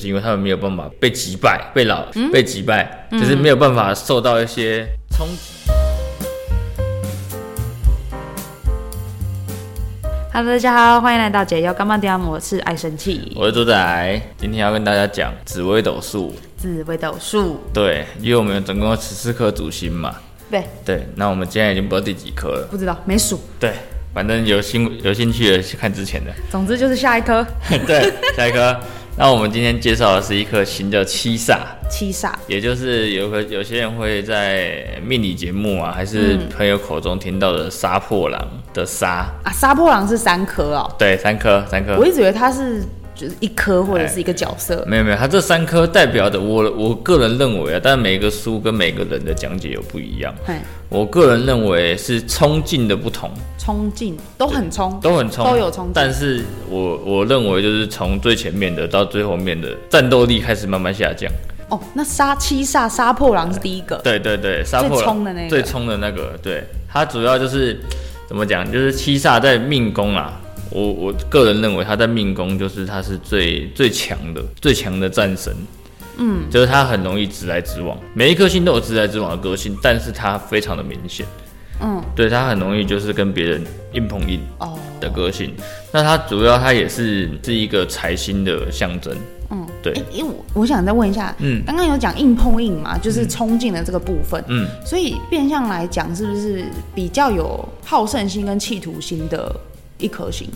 是因为他们没有办法被击败、被老、被击败，就是没有办法受到一些冲击。 Hello，大家好，欢迎来到解忧干妈店，我是爱生气我是猪仔，今天要跟大家讲紫微斗数。紫微斗数，对，因为我们总共十四颗主星嘛。对，对，那我们今天已经不知道第几颗了。不知道没数，对，反正有兴有兴趣的去看之前的。总之就是下一颗对，下一颗。那我们今天介绍的是一颗星叫七煞，七煞，也就是有个有些人会在命理节目啊，还是朋友口中听到的杀破狼的杀。啊，杀破狼是三颗哦，对，三颗，三颗我。一直以为它是就是一颗或者是一个角色，没有没有，它这三颗代表的，我我个人认为啊，但每个书跟每个人的讲解有不一样。哎，我个人认为是冲劲的不同，冲劲都很冲，都很冲，都有冲劲但是我我认为就是从最前面的到最后面的战斗力开始慢慢下降。哦，那杀七杀杀破狼是第一个，对对对，杀破狼最冲的那个最冲的那个，对，它主要就是怎么讲，就是七煞在命宫啊。我我个人认为他在命宫就是他是最最强的最强的战神，嗯，就是他很容易直来直往，每一颗星都有直来直往的个性，但是他非常的明显，嗯，对他很容易就是跟别人硬碰硬哦，的个性。那他主要他也是是一个财星的象征，嗯，对哎，因为我我想再问一下，嗯刚刚有讲硬碰硬嘛，就是冲劲的这个部分，嗯，所以变相来讲，是不是比较有好胜心跟企图心的一颗星，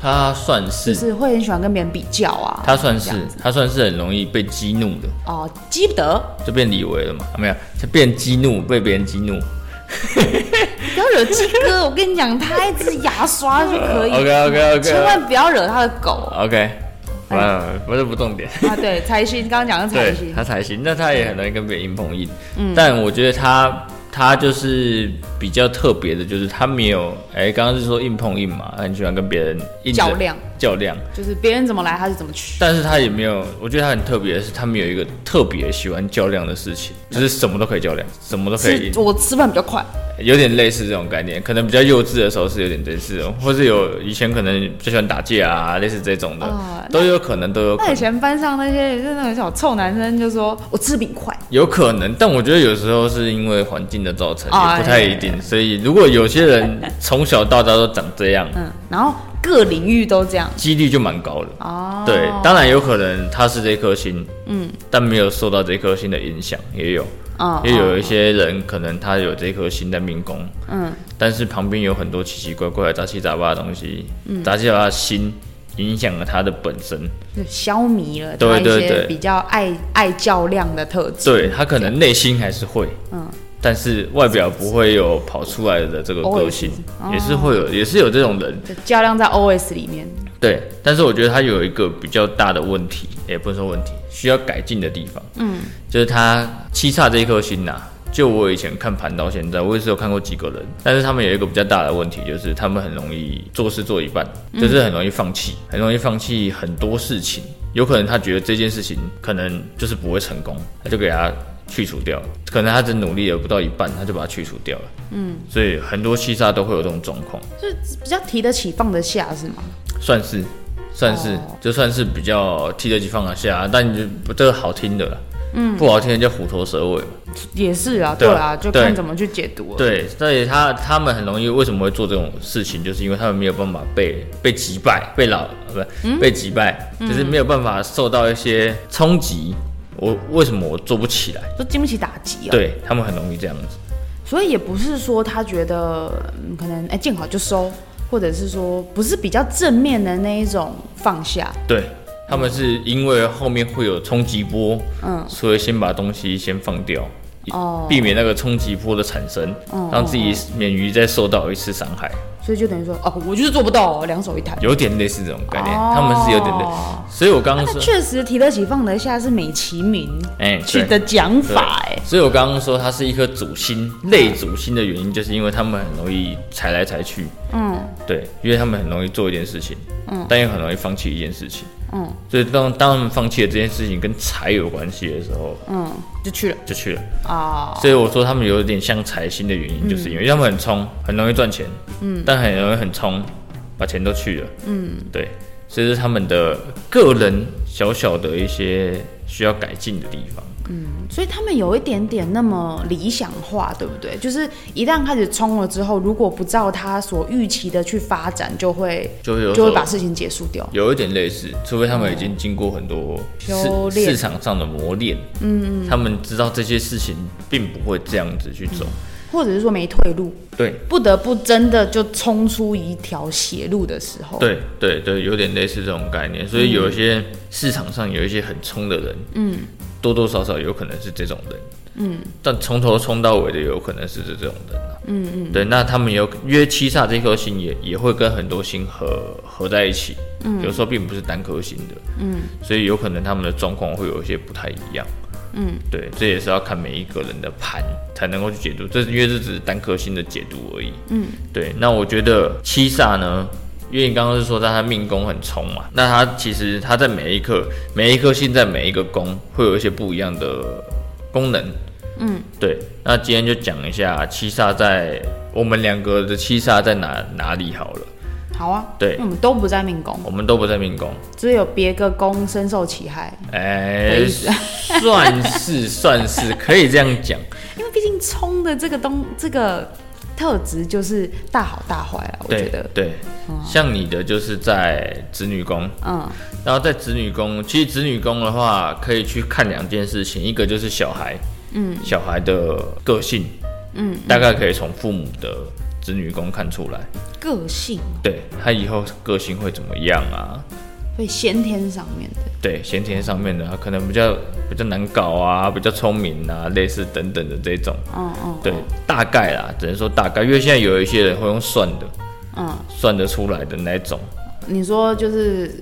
他算就是是会很喜欢跟别人比较啊？他算这是样子他算是很容易被激怒的。哦，积不得，就变李维了嘛？啊没有，就变激怒，被别人激怒。不要惹鸡哥，我跟你讲，他一只牙刷就可以， OK OK 千 OK 万不要惹他的狗 OK，完不是不重点。啊！对，财星刚刚讲的财对星，他才行，那他也很容易跟别人硬碰硬。嗯但我觉得他他就是比较特别的，就是他没有哎，刚刚是说硬碰硬嘛，很喜欢跟别人硬着较量，较量。就是别人怎么来他就怎么去，但是他也没有，我觉得他很特别的是，他没有一个特别喜欢较量的事情，就是什么都可以较量，什么都可以吃硬。我吃饭比较快，有点类似这种概念，可能比较幼稚的时候是有点类似哦，或是有以前可能比较喜欢打架啊，类似这种的，哦都有可能，都有可那以能，前班上那些就是那种小臭男生，就说我吃饼快，有可能。但我觉得有时候是因为环境的造成，哦也不太一定。所以如果有些人从小到大都长这样，嗯，然后各领域都这样几率就蛮高的。哦。对，当然有可能他是这颗星，嗯，但没有受到这颗星的影响，也有，哦也有一些人可能他有这颗星在命宫，嗯，但是旁边有很多奇奇怪怪、杂七杂八的东西，嗯杂七杂八的心影响了他的本身，就消弭了他对一对些对比较爱爱较量的特质，对他可能内心还是会，嗯，但是外表不会有跑出来的这个个性，哦也是会有，也是有这种人，就较量在 OS 里面。对，但是我觉得他有一个比较大的问题，也不是说问题，需要改进的地方。嗯，就是他七煞这一颗星呐、就我以前看盘到现在，我也是有看过几个人，但是他们有一个比较大的问题，就是他们很容易做事做一半，就是很容易放弃，很容易放弃很多事情。有可能他觉得这件事情可能就是不会成功，他就给他去除掉了。可能他只努力了不到一半，他就把它去除掉了。嗯，所以很多七煞都会有这种状况。就是比较提得起放得下是吗？算是，算是，就算是比较踢得起放得下，但你就不这个好听的啦，嗯，不好听的叫虎头蛇尾嘛。也是啊，对对啊啊，就对看怎么去解读了。，啊对，所以他他们很容易为什么会做这种事情，就是因为他们没有办法被被击败，被老呃不、被击败，就是没有办法受到一些冲击。我为什么我做不起来？就经不起打击啊。对他们很容易这样子，所以也不是说他觉得嗯可能哎见好就收，或者是说不是比较正面的那一种放下。对他们是因为后面会有冲击波，嗯，所以先把东西先放掉。哦，嗯避免那个冲击波的产生，让自己免于再受到一次伤害，所以就等于说哦，我就是做不到，两手一摊。有点类似这种概念，哦啊他们是有点类，所以我刚刚那说，确实提得起放得下是美其名哎、取对的讲对法哎、所以我刚刚说它是一颗主星类主星的原因，就是因为他们很容易踩来踩去，嗯，对，因为他们很容易做一件事情，嗯，但也很容易放弃一件事情，嗯，所以当当他们放弃了这件事情跟财有关系的时候，嗯，就去了就去了。啊、所以我说他们有点像财星的原因，就是因为他们很冲，很容易赚钱，嗯，但很容易很冲，把钱都去了，嗯，对，所以是他们的个人小小的一些需要改进的地方。所以他们有一点点那么理想化，对不对？就是一旦开始冲了之后，如果不照他所预期的去发展，就会就会有就会所把事情结束掉。有一点类似，除非他们已经经过很多市修炼市场上的磨练，嗯，他们知道这些事情并不会这样子去走。或者是说没退路，对，不得不真的就冲出一条血路的时候，，对，对，对，有点类似这种概念。所以有一些市场上有一些很冲的人，嗯，多多少少有可能是这种人，嗯，但从头冲到尾的有可能是这这种人啊，嗯嗯，对。那他们有约七煞这颗星也也会跟很多星合合在一起，嗯，有时候并不是单颗星的，嗯，所以有可能他们的状况会有一些不太一样。嗯，对，这也是要看每一个人的盘才能够去解读，这是因为这只是单颗星的解读而已。嗯，对。那我觉得七煞呢，因为你刚刚是说他他命宫很冲嘛，那他其实他在每一刻每一颗星在每一个宫会有一些不一样的功能。嗯，对。那今天就讲一下七煞在我们两个的七煞在哪哪里好了。好啊，对因为我们都不在命宫，我们都不在命宫，只有别个宫深受其害，哎、意思算是算是可以这样讲。因为毕竟冲的这个东这个特质就是大好大坏 啊，我对觉得，对，像你的就是在子女宫，嗯，然后在子女宫，其实子女宫的话可以去看两件事情，一个就是小孩，嗯，小孩的个性，嗯，大概可以从父母的子女宫看出来，个性对他以后个性会怎么样啊？会先天上面的，对，先天上面的可能比较比较难搞啊，比较聪明啊，类似等等的这种，嗯嗯，对，大概啦，只能说大概，因为现在有一些人会用算的，嗯，算得出来的那种。你说就是。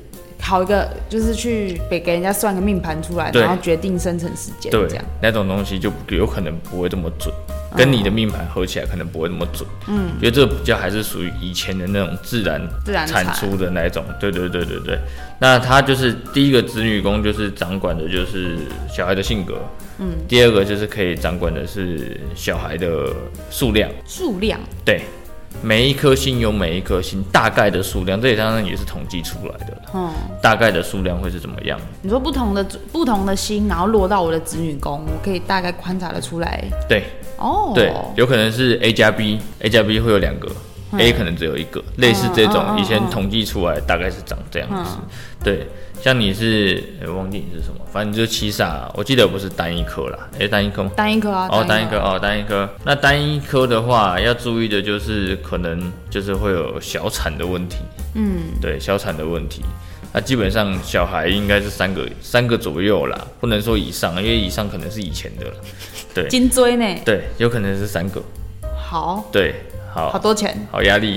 考一个就是去给给人家算个命盘出来，对然后决定生辰时间，对这样，嗯那种东西就有可能不会这么准，跟你的命盘合起来可能不会那么准。嗯，因为这比较还是属于以前的那种自然自然产产出的那一种。对对对对对。那他就是第一个子女宫，就是掌管的就是小孩的性格。嗯。第二个就是可以掌管的是小孩的数量。数量对。每一颗星有每一颗星大概的数量，这也当然也是统计出来的啦，嗯，大概的数量会是怎么样？你说不同的不同的星，然后落到我的子女宫，我可以大概观察得出来。对，哦，对，有可能是 A 加 B，A 加 B 会有两个、a 可能只有一个，类似这种、以前统计出来大概是长这样子。对，像你是、欸、忘记你是什么，反正你就是七煞，我记得不是单一颗啦，诶、单一颗吗？单一颗啊，哦，单一一颗哦，单一颗。那单一颗的话，要注意的就是可能就是会有小产的问题。嗯，对，小产的问题。那基本上小孩应该是三个三个左右啦，不能说以上，因为以上可能是以前的了。对金锥呢，对，有可能是三个。好对，好好多钱，好压 力，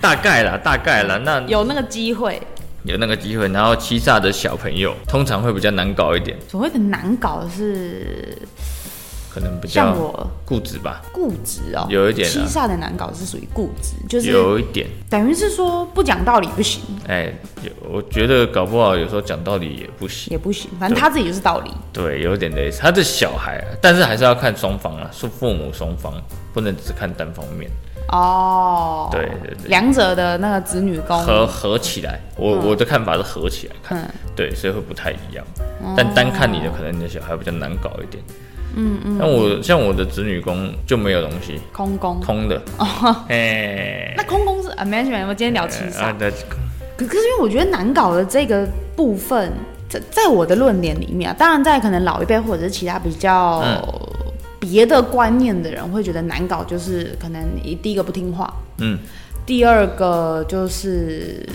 大概啦，大概啦。那有那个机会，有那个机会，然后欺诈的小朋友通常会比较难搞一点，所谓的难搞是可能比较像我固执吧，固执哦，有一点啊七煞的难搞是属于固执，就是有一点。等于是说不讲道理不行哎，有我觉得搞不好有时候讲道理也不行，也不行，反正他自己就是道理。对，有点类似。他是小孩啊，但是还是要看双方啊，是父母双方，不能只看单方面，哦，对对对两者的那个子女宫，合合起来。我、我的看法是合起来看，嗯哦对，所以会不太一样。但单看你的，可能你的小孩比较难搞一点。嗯嗯。但我像我的子女宫就没有东西，空宫。空的。哦。哎。那空宫是啊，没关系，没关系我们今天聊七煞啊，。对，可可是因为我觉得难搞的这个部分，在在我的论点里面啊，当然在可能老一辈或者是其他比较嗯别的观念的人会觉得难搞，就是可能一第一个不听话，嗯，第二个就是。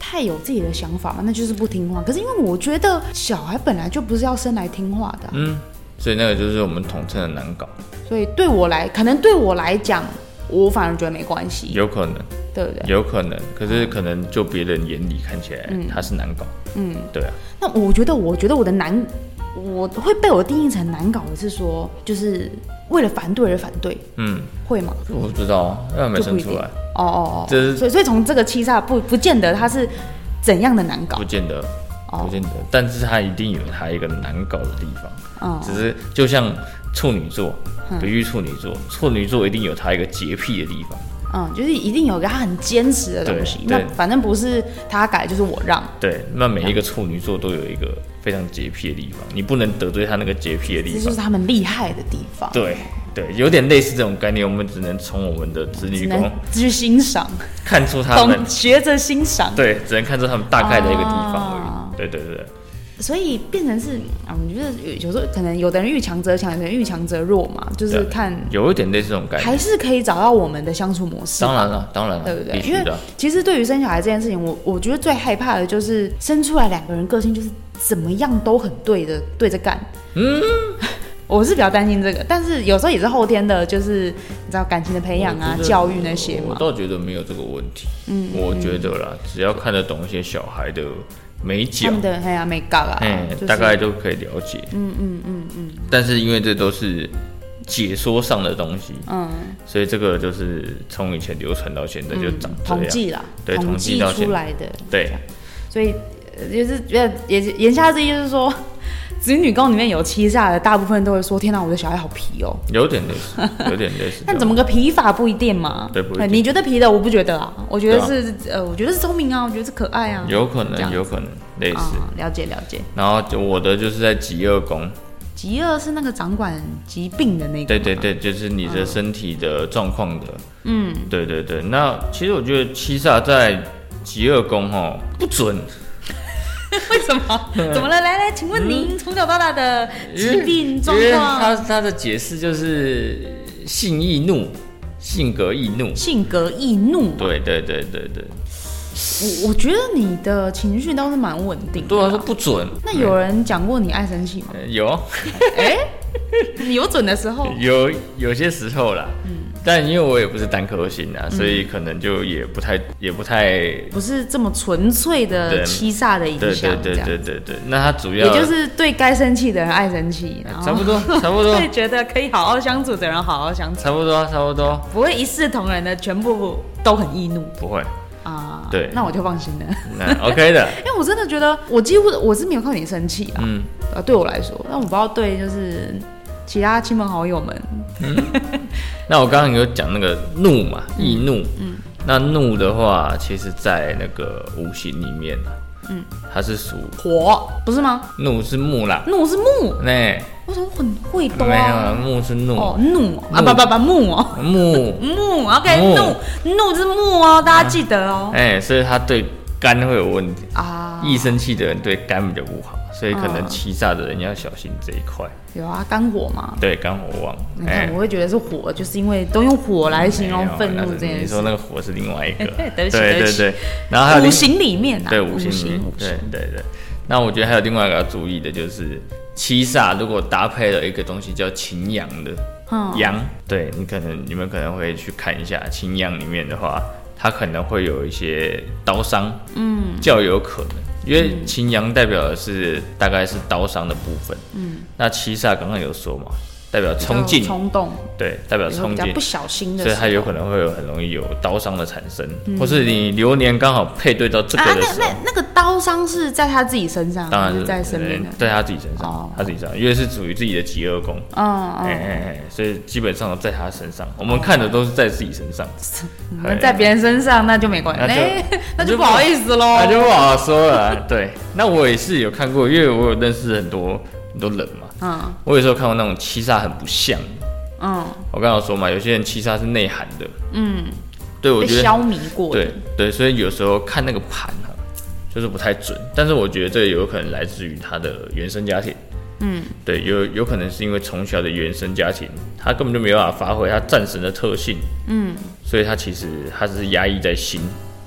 太有自己的想法嘛，那就是不听话。可是因为我觉得小孩本来就不是要生来听话的嗯啊、所以那个就是我们统称的难搞，所以对我来，可能对我来讲，我反而觉得没关系，有可能，对不对？嗯有可能，可是可能就别人眼里看起来他是难搞，嗯，对啊，那我觉得，我觉得我的难，我会被我定义成难搞的是说，就是为了反对而反对，嗯，会吗？我不知道啊，那没就不生一定出来，哦哦哦，这是所以所以从这个七煞不不见得他是怎样的难搞不见得，哦不见得，但是他一定有他一个难搞的地方，哦只是嗯就像处女座，比喻处女座，处女座一定有他一个洁癖的地方，嗯，就是一定有一个他很坚持的东西。对那对反正不是他改，就是我让。对，那每一个处女座都有一个非常洁癖的地方，你不能得罪他那个洁癖的这地就方是。他们厉害的地方，对对，有点类似这种概念，我们只能从我们的子只女能宫去欣赏，看出他们懂，学着欣赏。对，只能看出他们大概的一个地方而已。啊对对对，所以变成是，啊，我觉得有有时候可能有的人遇强则强，有的人遇强则弱嘛，就是对看有一点类似这种概念。还是可以找到我们的相处模式。当然了，当然了，对不对必须因为的。其实对于生小孩这件事情，我我觉得最害怕的就是生出来两个人个性就是怎么样都很对着对着干。嗯， 我是比较担心这个，但是有时候也是后天的，就是你知道感情的培养啊我、觉得教育那些我嘛。倒觉得没有这个问题。嗯，我觉得啦，只要看得懂一些小孩的美他角，们的哎呀没搞啦哎，，就是大概就可以了解。嗯嗯嗯嗯。但是因为这都是解说上的东西，嗯所以这个就是从以前流传到现在就长这嗯统样。计啦，对统统计计到出现来的，对，所以呃就是呃也言下之意就是说， 子女宫里面有欺诈的，大部分都会说：天哪，我的小孩好皮哦。有点类 似，有点类似这样。但怎么个皮法不一定嘛？对不一定你觉得皮的，我不觉得啊。我觉对得啊是、呃，我觉得是聪明啊，我觉得是可爱啊。有可这样能，子有可能类似。啊，了解了解。然后就我的就是在极恶宫，极恶是那个掌管疾病的那个，对对，对，就是你的身体的状况的。嗯，对对对。那其实我觉得七煞在极恶宫哦不准，为 什么？怎么了？来来，请问您从小到大的疾病状嗯因为况、他他的解释就是性易怒，性格易怒。性格易怒，对对对对对，我我觉得你的情绪倒是蛮稳定的对啊，啦。说不准。那有人讲过你爱生气吗？呃有你有准的时候，有有些时候啦，嗯，但因为我也不是单颗星嗯啊，所以可能就也不太也不太。不是这么纯粹的对欺煞的影对响对，对这样，对对对，那他主要哎也就是对该生气的人爱生气，然差后不多，差不多 对，觉得可以好好相处的人好好相处，差不多啊，差不多，不会一视同仁的全部都很易怒不会，啊。对那我就放心了，那 OK 的， 因为我真的觉得我几乎我是没有看你生气啊，嗯，呃，对我来说，但我不知道对就是其他亲朋好友们，那我刚刚有讲那个怒嘛，易怒，嗯，那怒的话，其实在那个五行里面嗯，它是属火不是吗？怒是木啦，怒是木，那没我怎么很会有嗯多啦啊？木是哦，怒，怒啊，怒不不不木哦。木，木，OK，木怒怒是木哦，大家记得哦。哎，所以它对肝会有问题，啊，易生气的人对肝比较不好，所以可能嗯欺诈的人要小心这一块，有啊，肝火嘛。对，肝火旺，你哎看，，我会觉得是火，就是因为都用火来形没容有愤怒那这是件你事，说。那个火是另外一个 对不起对不对起对，然后还有五另行里面啊，对五五行行里面五对行对对。那我觉得还有另外一个要注意的就是七煞，如果搭配了一个东西叫擎羊的嗯羊，对你可能你们可能会去看一下擎羊里面的话，它可能会有一些刀伤，嗯，较有可能。因为嗯擎羊代表的是大概是刀伤的部分，嗯，那七煞刚刚有说嘛，代表冲比劲较，冲动，对，代表有时候冲比较劲不，小心的所以时候。嗯它有可能会有很容易有刀伤的产生，或是你流年刚好配对到这个啊，的那时候那，那个刀伤是在他自己身上，当然还是是啊在身边的。在他自己身上，哦他自己身上，因为是属于自己的极恶宫，嗯哎嗯，哎哎，所以基本上在他身上，我们看的都是在自己身上，那在别人身上那就没关系，那就哎 那那就就不好意思喽那。啊就不好说了。啊对，那我也是有看过，因为我有认识很多很多人嘛，嗯我有时候看过那种七煞很不像，嗯，我刚刚有说嘛，有些人七煞是内涵的，嗯，对，我被觉得消弭过的对对，所以有时候看那个盘哈、就是不太准。但是我觉得这有可能来自于他的原生家庭。嗯，对，有有可能是因为从小的原生家庭，他根本就没办法发挥他战神的特性。嗯，所以他其实他只是压抑在心。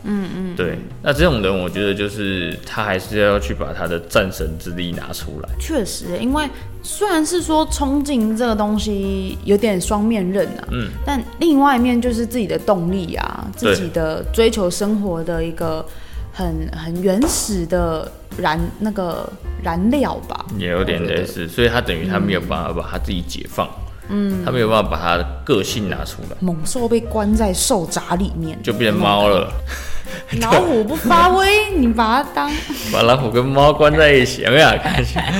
嗯嗯，对。那这种人，我觉得就是他还是要去把他的战神之力拿出来。确实，因为虽然是说冲劲这个东西有点双面刃啊，嗯，但另外一面就是自己的动力啊，自对己的追求生活的一个很很原始的燃那个燃料吧，也有点我觉得类似，所以他等于他没有办法把他自己解放。嗯，他没有办法把他的个性拿出来，猛兽被关在兽闸里 面，就变成猫了。老虎不 发威，你把它当哎 把老虎跟猫关在一起，有没有？看起来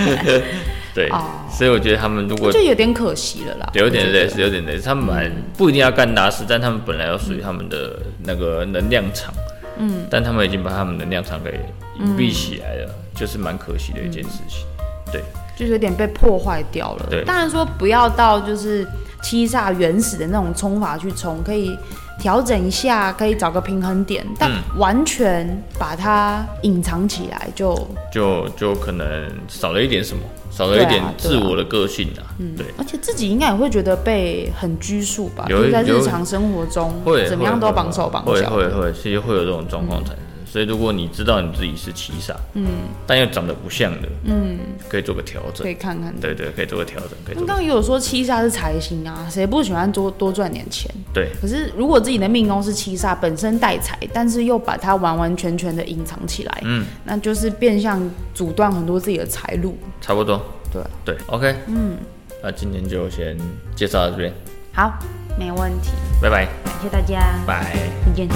对，哦所以我觉得他们如果就有点可惜了啦。有点类累。似，有点类似，他们蛮不一定要干大事，但他们本来要属于他们的那个能量场，嗯，但他们已经把他们能量场给隐蔽起来嗯了，就是蛮可惜的一件事情。对，就是有点被破坏掉了。对当然说不要到就是七煞原始的那种冲法去冲，可以调整一下，可以找个平衡点，嗯但完全把它隐藏起来就就就可能少了一点什么，少了一对点啊嗯对自啊我的个性啊，对，而且自己应该也会觉得被很拘束吧，有就是在有日常生活中会怎么样会都要会绑手绑会脚。嗯会会，其实会有这种状况产生。所以如果你知道你自己是七煞，嗯，但又长得不像的，嗯，可以做个调整可。以看看。对对，可以做个调整，可以做刚个刚也有说七煞是财星啊，谁不喜欢多多赚点钱？对可是如果自己的命宫是七煞，本身带财，但是又把它完完全全的隐藏起来，嗯，那就是变相阻断很多自己的财路。差不多。对，对，OK，嗯，那今天就先介绍到这边，好，没问题，拜拜，感谢大家，拜。再见。